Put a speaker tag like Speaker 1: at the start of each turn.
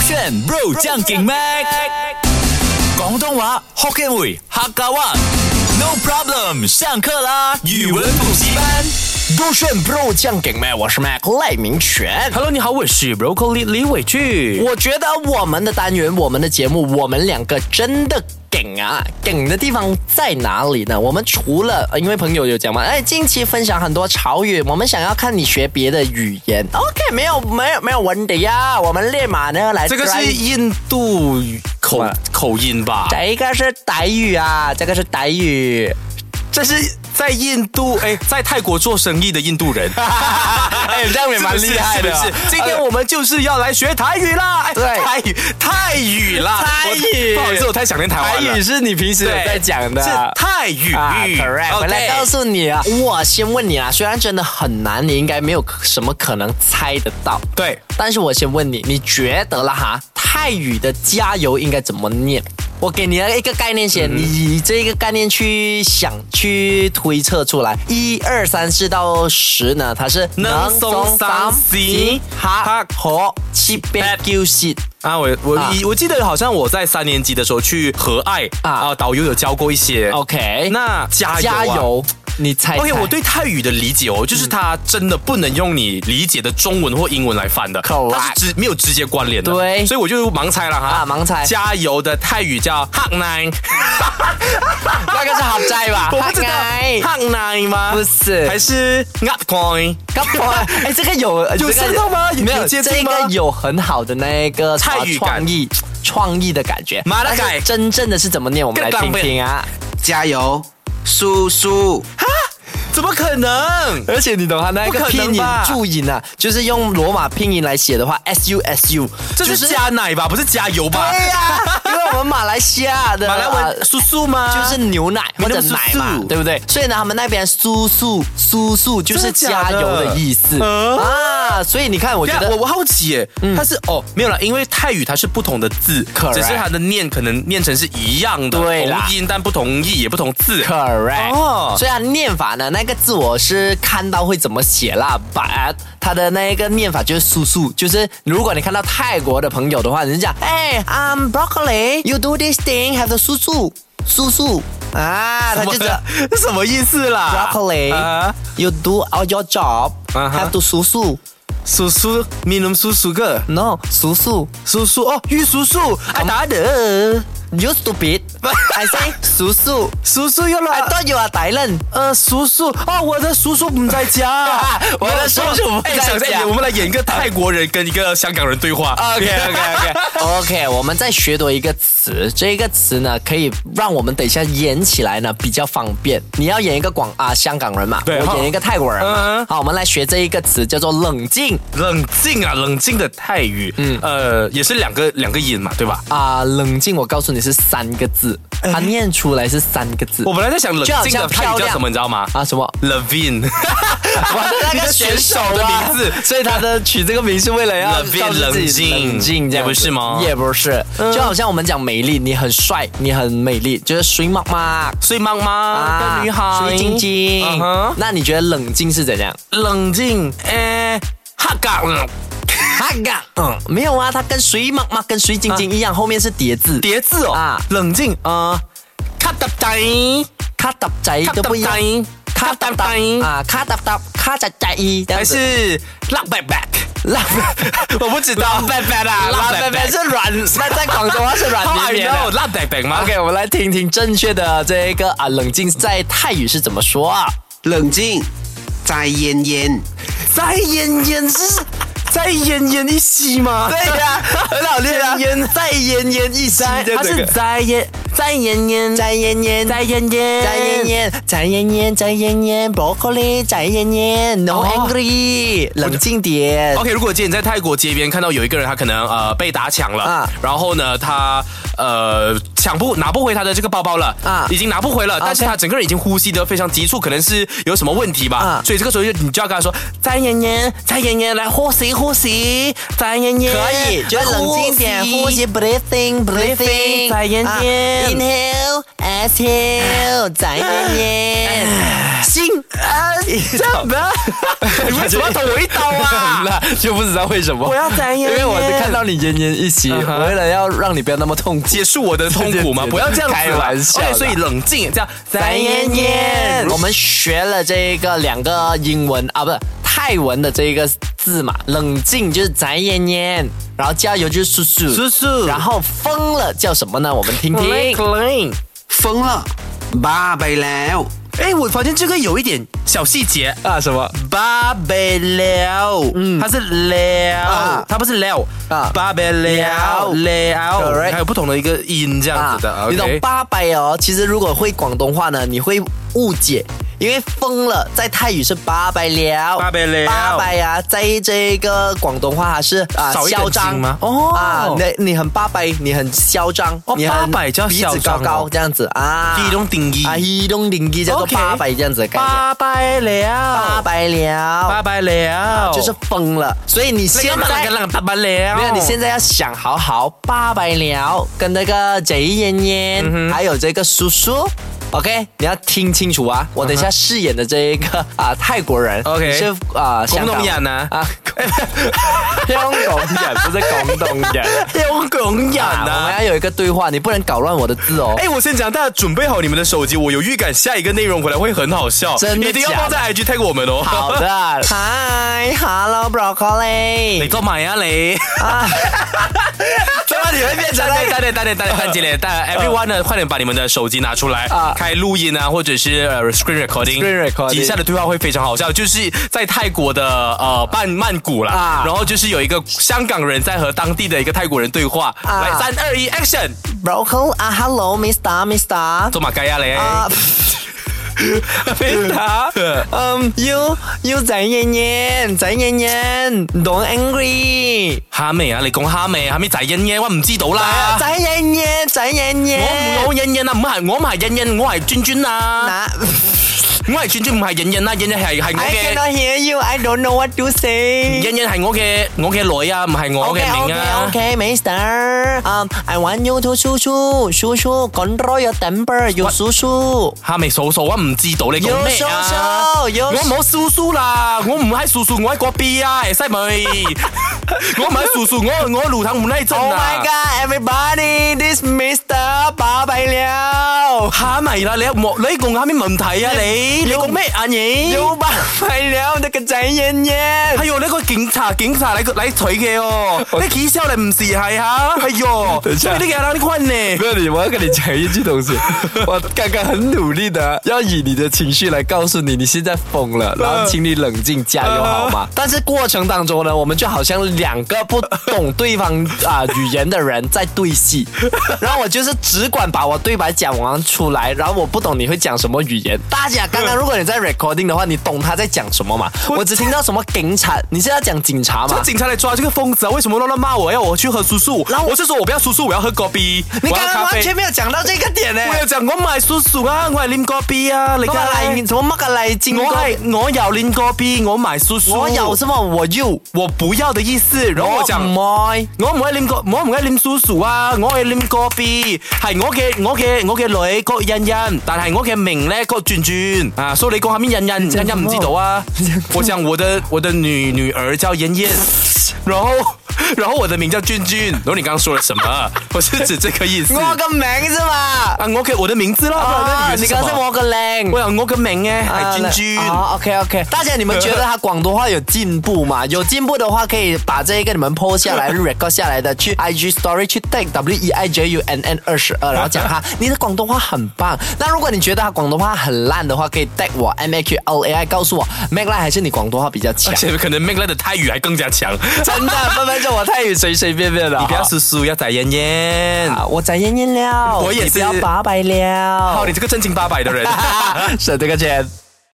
Speaker 1: 选 bro 将劲 mac，广东话 Hokkien 语客家话。No problem，上课啦！语文补习班。
Speaker 2: 都炫 bro 酱梗麦，我是 Mac 赖明全。
Speaker 3: Hello，你好，我是 Broccoli 李伟俊。
Speaker 2: 我觉得我们的单元、我们的节目、我们两个真的梗啊！梗的地方在哪里呢？我们除了呃因为朋友有讲嘛，哎，近期分享很多潮语，我们想要看你学别的语言。OK，没有没有没有问题呀、我们立马呢来 drive。
Speaker 3: 这个是印度语口
Speaker 2: 什么
Speaker 3: 口音吧？
Speaker 2: 这个是傣语啊，这个是傣语。
Speaker 3: 这是在印 度哎，在泰国做生意的印度人。
Speaker 2: 哎，这样也蛮厉害的啊、
Speaker 3: 是不是今天我们就是要来学台语啦！哎
Speaker 2: 对
Speaker 3: 台语，泰语啦，
Speaker 2: 泰语
Speaker 3: 我不好意思，我太想念台
Speaker 2: 台
Speaker 3: 湾了。
Speaker 2: 语是你平时有
Speaker 3: 对
Speaker 2: 在讲的
Speaker 3: 是
Speaker 2: 啊。
Speaker 3: 泰语。
Speaker 2: 啊，correct。
Speaker 3: OK
Speaker 2: 我来告诉你啊，我先问你啊，虽然真的很难，你应该没有什么可能猜得到，
Speaker 3: 对，
Speaker 2: 但是我先问你，你觉得了哈？泰语的加油应该怎么念？我给你一个概念先，
Speaker 3: 嗯
Speaker 2: 你以这个概念去想、去推测出来。一二三四到十呢，它是
Speaker 3: 能松三
Speaker 2: 西
Speaker 3: 西
Speaker 2: 哈
Speaker 3: 哈
Speaker 2: 和七八九十。
Speaker 3: 啊，我我
Speaker 2: 啊
Speaker 3: 以我记得好像我在三年级的时候去和爱
Speaker 2: 啊
Speaker 3: 啊，导游有教过一些。
Speaker 2: OK，
Speaker 3: 那加油啊
Speaker 2: 加油，你猜猜
Speaker 3: OK，我对泰语的理解哦，就是
Speaker 2: 嗯
Speaker 3: 它真的不能用你理解的中文或英文来翻的，
Speaker 2: Correct
Speaker 3: 它是直没有直接关联的。
Speaker 2: 啊对
Speaker 3: 所以我就盲猜了哈。
Speaker 2: 啊盲猜
Speaker 3: 加油的泰语叫 h a n i
Speaker 2: 那个是好在吧？
Speaker 3: 我不知道
Speaker 2: 哈该
Speaker 3: h a n i 吗？
Speaker 2: 哎不是
Speaker 3: 还是 n a t coin？
Speaker 2: 干嘛？ 哎，这个有
Speaker 3: 有
Speaker 2: 这个
Speaker 3: 知道吗有
Speaker 2: 没有，
Speaker 3: 有接
Speaker 2: 这
Speaker 3: 近吗
Speaker 2: 个有很好的那个呃
Speaker 3: 泰语感
Speaker 2: 创意创意的感觉。
Speaker 3: 马拉
Speaker 2: 但是
Speaker 3: 改
Speaker 2: 真正的是怎么念？我们来
Speaker 3: 更浪
Speaker 2: 听
Speaker 3: 费
Speaker 2: 听啊。
Speaker 4: 加油，叔叔，
Speaker 3: 怎么可能？
Speaker 2: 而且你懂它那
Speaker 3: 不
Speaker 2: 个
Speaker 3: 可
Speaker 2: 拼
Speaker 3: 能
Speaker 2: 音
Speaker 3: 吧
Speaker 2: 注音啊，就是用罗马拼音来写的话，S U S U，
Speaker 3: 这是加奶吧？不是加油吧？
Speaker 2: 对呀， 因为我们马来西亚的
Speaker 3: 马来
Speaker 2: 啊
Speaker 3: 文叔叔吗？
Speaker 2: 就是牛奶或
Speaker 3: 没那么
Speaker 2: 者奶嘛
Speaker 3: 酥，酥
Speaker 2: 对不对？所以呢，他们那边苏素苏素就是
Speaker 3: 真的假
Speaker 2: 加
Speaker 3: 的
Speaker 2: 油的意思
Speaker 3: 嗯
Speaker 2: 啊。所以你看，我
Speaker 3: 对
Speaker 2: 觉
Speaker 3: 啊
Speaker 2: 得嗯
Speaker 3: 我我好奇耶，它是哦没有啦，因为泰语它是不同的字
Speaker 2: Correct
Speaker 3: 只是它的念可能念成是一样的，
Speaker 2: 对啦
Speaker 3: 同音但不同意，也不同字。
Speaker 2: Correct，、
Speaker 3: 哦
Speaker 2: 所以它念法呢，那个字我是看到会怎么写啦，but 它的那个念法就是叔叔，就是如果你看到泰国的朋友的话，你就讲，哎、i m broccoli，you do this thing，have the 叔叔，叔叔啊，他
Speaker 3: 什么
Speaker 2: 就 讲
Speaker 3: 这什么意思啦
Speaker 2: broccoli，you、
Speaker 3: 啊
Speaker 2: do all your job，have、
Speaker 3: 啊哈
Speaker 2: to 叔叔
Speaker 3: 叔叔，闽南叔叔个
Speaker 2: ，no 叔叔
Speaker 3: 叔叔哦，玉叔叔，哎打
Speaker 2: 的，you stupid，I say 叔叔
Speaker 3: 叔叔又
Speaker 2: ，I
Speaker 3: 来。
Speaker 2: thought you are Thailand。，
Speaker 3: 呃，叔叔哦，我的叔叔不在家
Speaker 2: 啊我的叔叔不在
Speaker 3: 哎，
Speaker 2: 家
Speaker 3: 想哎我们来演一个泰国人跟一个香港人对话。
Speaker 2: OK OK OK OK，我们再学多一个词，这个词呢可以让我们等一下演起来呢比较方便。你要演一个广啊、香港人嘛，
Speaker 3: 对
Speaker 2: 我
Speaker 3: 好
Speaker 2: 演一个泰国人嘛。
Speaker 3: 嗯
Speaker 2: 好，我们来学这一个词叫做冷静
Speaker 3: 冷静啊，冷静的泰语，嗯，呃，也是两个两个音嘛，对吧？
Speaker 2: 啊、冷静。我告诉你是三个字，它念出来是三个字
Speaker 3: 我本来在想冷
Speaker 2: 就好
Speaker 3: 静的
Speaker 2: 像
Speaker 3: 泰
Speaker 2: 漂
Speaker 3: 语叫
Speaker 2: 亮
Speaker 3: 什么，你知道吗？
Speaker 2: 啊，什么？
Speaker 3: Levin，
Speaker 2: 我的那个选手
Speaker 3: 你的
Speaker 2: 啊
Speaker 3: 选手的名字
Speaker 2: 所以他的取这个名是为了要
Speaker 3: Levin
Speaker 2: 告诉自己
Speaker 3: 冷静
Speaker 2: 冷静这
Speaker 3: 也不
Speaker 2: 样子嗯
Speaker 3: 是吗
Speaker 2: 也不是，就好像我们讲美丽，你很帅，你很美丽，就是水妈妈。
Speaker 3: 所以妈妈
Speaker 2: 啊，
Speaker 3: 跟女孩，
Speaker 2: 水晶晶。
Speaker 3: 嗯哼
Speaker 2: 那你觉得冷静是怎样？
Speaker 3: 冷静，哎，哈嘎，嗯
Speaker 2: 哈嘎，嗯，没有啊，它跟水妈妈跟水晶晶一样，后面是叠字，
Speaker 3: 叠字哦，
Speaker 2: 啊
Speaker 3: 冷静啊，咔哒哒，
Speaker 2: 卡达仔
Speaker 3: 咔
Speaker 2: 都
Speaker 3: 哒
Speaker 2: 不一样
Speaker 3: 哒，，
Speaker 2: 卡
Speaker 3: 咔
Speaker 2: 达
Speaker 3: 哒
Speaker 2: 达
Speaker 3: 哒，
Speaker 2: 啊，卡达达，卡达仔一，这样
Speaker 3: 还
Speaker 2: 子
Speaker 3: 是 lock back back。
Speaker 2: 拉
Speaker 3: 我不知道，
Speaker 2: 拉贝贝啦，拉贝贝是软，那在广东话是软绵绵的。
Speaker 3: ，lock back back 吗
Speaker 2: OK，我们来听听正确的这个啊冷静在泰语是怎么说啊？
Speaker 4: 冷静，再烟烟，
Speaker 3: 再奄奄是再奄奄一息吗？
Speaker 2: 对呀、很好念啊！再奄奄一息，
Speaker 3: 它是
Speaker 2: 再奄再奄奄再奄奄再奄奄再奄奄再奄奄再奄奄 broccoli 再奄奄 no
Speaker 3: 哦
Speaker 2: angry 冷静点。
Speaker 3: OK，如果今天你在泰国街边看到有一个人，他可能呃被打抢了，
Speaker 2: 啊
Speaker 3: 然后呢，他呃抢不拿不回他的这个包包了，
Speaker 2: 啊
Speaker 3: 已经拿不回了，但是他整个人已经呼吸得非常急促，可能是有什么问题吧，
Speaker 2: 啊
Speaker 3: 所以这个时候就你就要跟他说，再妍妍，再妍妍来呼吸呼吸，再妍妍，
Speaker 2: 可以，就冷静点，呼吸，breathing，breathing，
Speaker 3: breathing，再奄奄
Speaker 2: 啊，inhale 阿超， 在那 边，新啊， 这样吧， 你为什么要捅我一刀 啊？
Speaker 5: 那就不知道为什么。
Speaker 3: 我要沾烟
Speaker 5: 因为我
Speaker 3: 烟
Speaker 5: 看到你奄奄一息，
Speaker 3: 哼
Speaker 5: 为了要让你不要那么痛苦，
Speaker 3: 结束我的痛苦 嘛，
Speaker 5: 对对对
Speaker 3: 不要这样子
Speaker 5: 开
Speaker 3: 啦啊
Speaker 5: 玩笑啦
Speaker 3: OK，所以冷静，这样
Speaker 2: 三
Speaker 3: 三
Speaker 2: 烟烟，我们学了这个两个英文啊，不是泰文的这一个字嘛，冷静就是宅烟烟，然后加油就是叔叔
Speaker 3: 叔叔
Speaker 2: 然后疯了叫什么呢？我们听听。
Speaker 3: Clean。
Speaker 4: 疯了，巴贝了，
Speaker 3: 哎，我发现这个有一点小细节，
Speaker 5: 啊什么？
Speaker 3: 八百了，嗯，它是了
Speaker 2: 啊，
Speaker 3: 它不是了
Speaker 2: 啊，
Speaker 3: 八百了
Speaker 2: 了
Speaker 3: 了，
Speaker 2: Correct
Speaker 3: 还有不同的一个音这样子的
Speaker 2: 啊你懂
Speaker 3: ，OK。
Speaker 2: 八百哦？其实如果会广东话呢，你会误解，因为疯了在泰语是八百了，
Speaker 3: 八百了
Speaker 2: 八百啊，在这个广东话它是啊
Speaker 3: 少一根
Speaker 2: 嚣张
Speaker 3: 筋吗
Speaker 2: 哦啊
Speaker 3: 哦，
Speaker 2: 你你很八百，你很嚣张，
Speaker 3: 哦
Speaker 2: 你很
Speaker 3: 八百叫
Speaker 2: 鼻
Speaker 3: 嚣
Speaker 2: 子
Speaker 3: 张
Speaker 2: 高
Speaker 3: 哦
Speaker 2: 高这样子啊，
Speaker 3: 第一种定义，
Speaker 2: 啊，移动零一叫做
Speaker 3: OK
Speaker 2: 八百这样子的概念，
Speaker 3: 八百
Speaker 2: 八
Speaker 3: 了，
Speaker 2: 百
Speaker 3: 八
Speaker 2: 了，
Speaker 3: 百了，
Speaker 2: 啊就是疯了，所以你现在。
Speaker 3: 八百了，
Speaker 2: 没有，你现在要想好好八百聊，跟那个贼妍妍，
Speaker 3: 嗯
Speaker 2: 还有这个叔叔。OK，你要听清楚啊！我等一下饰演的这一个啊、泰国人
Speaker 3: 嗯 OK
Speaker 2: 你是
Speaker 3: 广
Speaker 2: 啊香港
Speaker 3: 东人啊，
Speaker 2: 啊，香港人不是广东人
Speaker 3: 香港人
Speaker 2: 啊！我们
Speaker 3: 啊。
Speaker 2: 要有一个对话，你不能搞乱我的字哦。
Speaker 3: 哎，我先讲，大家准备好你们的手机，我有预感下一个内容回来会很好笑，
Speaker 2: 真的
Speaker 3: 一定要
Speaker 2: 假的
Speaker 3: 放在 IG tag 我们哦。
Speaker 2: 好的，，Hi，Hello Broccoli，
Speaker 3: 干嘛呀 你？
Speaker 2: 啊 怎么你会变
Speaker 3: 大家大家大家大家看起来，大家 everyone 呢，快点把你们的手机拿出来
Speaker 2: 嗯啊，
Speaker 3: 开录音啊，或者是呃 screen recording。
Speaker 2: Screen recording
Speaker 3: 以下的对话会非常好笑，就是在泰国的呃曼曼谷啦
Speaker 2: 啊，
Speaker 3: 然后就是有一个香港人在和当地的一个泰国人对话。
Speaker 2: 啊
Speaker 3: 来，三二一，action！
Speaker 2: Broccoli 啊，Hello Mr. Mr.
Speaker 3: 做马盖亚嘞，
Speaker 2: 啊。
Speaker 3: 飞 达。
Speaker 2: Um, you you 仔妍妍，仔妍妍，don't angry。À,
Speaker 3: 虾味啊，你講蝦味，蝦味仔欣欣，我唔知道啦。
Speaker 2: 仔妍妍，仔妍
Speaker 3: 我唔我
Speaker 2: 妍，
Speaker 3: 欣欣啊，唔係我唔係欣欣，我係專專啊，
Speaker 2: 那
Speaker 3: 我係專專，唔係欣欣啦，欣欣係係我
Speaker 2: I
Speaker 3: 嘅，
Speaker 2: cannot hear you, I don't know what to say.
Speaker 3: 欣欣係我嘅我嘅女啊，唔係我嘅
Speaker 2: OK
Speaker 3: 名
Speaker 2: OK
Speaker 3: 啊。
Speaker 2: OK, Mister. Um, I want you to 叔叔叔叔 control your temper, you 叔叔。
Speaker 3: 蝦味數數，我唔知道你講咩啊。
Speaker 2: 有數數有
Speaker 3: 我唔好數數啦，我唔喺數數，我喺嗰邊 啊，西咪？我唔喺數數，我我喺路頭唔喺真
Speaker 2: Oh my
Speaker 3: 啊。
Speaker 2: God, everybody, this Mister 八百了。
Speaker 3: 蝦味啦，你有冇你講蝦咩問題啊？你你講咩啊你？
Speaker 2: 有八百了，那个仔 妍妍。
Speaker 3: 哎呦，呢個警察警察嚟嚟取嘅 哦，你幾時候嚟唔時係吓？哎呦，
Speaker 5: 等一下
Speaker 3: 所以呢個人你困呢
Speaker 5: 没？有你，我要跟你讲一句东 西。我刚刚很努力的要以你的情绪来告诉你，你现在疯了，然后请你冷静，加油，好 吗？但是过程当中呢，我们就好像两个不懂对方啊、语言的人在对 戏，然后我就是只管把我对白讲完出来，然后我不懂你会讲什么语言。大家刚刚如果你在 recording 的话，你懂他在讲什么吗？我只听到什么警察，你是要讲警
Speaker 2: 啊
Speaker 5: 察
Speaker 3: 这
Speaker 5: 吗
Speaker 3: 个？警察来抓这個瘋子啊！為什麼亂亂罵我？要我去喝叔叔？
Speaker 2: 然後我
Speaker 3: 我是說我不要叔叔，我要喝咖啡，
Speaker 2: 你
Speaker 3: 我
Speaker 2: 刚
Speaker 3: 要
Speaker 2: 刚
Speaker 3: 咖
Speaker 2: 完
Speaker 3: 啡
Speaker 2: 全。没有讲到这个点呢。
Speaker 3: 我有講我唔係叔叔啊，我係啉咖啡啊，你
Speaker 2: 什
Speaker 3: 梗
Speaker 2: 么
Speaker 3: 係
Speaker 2: 来？什么麦克来金？
Speaker 3: 我係我有啉咖啡，我唔係叔叔。
Speaker 2: 我有什么？我又
Speaker 3: 我不要的意思，然
Speaker 2: 哦
Speaker 3: 後我講。
Speaker 2: 唔爱。
Speaker 3: 我唔可以念個，我唔可以念叔叔啊！我係念個 B，係我嘅我嘅我嘅女個欣欣，但係我嘅名咧個轉轉啊！所以你講下面欣欣，欣
Speaker 2: 哦
Speaker 3: 欣唔知道啊！我講我的我的女女兒叫妍妍，然後然後我的名叫俊俊，然後你剛剛說了什麼？我是指這個意思
Speaker 2: 我
Speaker 3: 啊！
Speaker 2: 嘅名啫嘛。
Speaker 3: 我嘅我的名字啦，不然
Speaker 2: 啊，
Speaker 3: 你
Speaker 2: 你
Speaker 3: 以為是
Speaker 2: 刚
Speaker 3: 什
Speaker 2: 才
Speaker 3: 麼
Speaker 2: 我嘅靓。
Speaker 3: 我有我嘅名誒，係俊俊。
Speaker 2: 啊，OK OK，大家你们觉得他广东话有进步吗？ 有进步的话，可以把这一个你们 PO 下 来、record 下来的，去 IG Story 去 tag W E I J U N N 二 十二，然后讲他你的广东话很棒。那如果你觉得他广东话很烂的话，可以 tag 我 M A Q L A I 告诉我 m a c l i 还是你广东话比较强
Speaker 3: 而。且可能 Make 的泰語還更加強。
Speaker 2: 真的，分分钟我泰语随随便便 的。
Speaker 3: 你不要叔叔，要仔妍妍。
Speaker 2: 啊，哦我在念念了，
Speaker 3: 我也
Speaker 2: 你不
Speaker 3: 是
Speaker 2: 要八百了。
Speaker 3: 好，你这个正经八百的人。
Speaker 2: 省这个钱。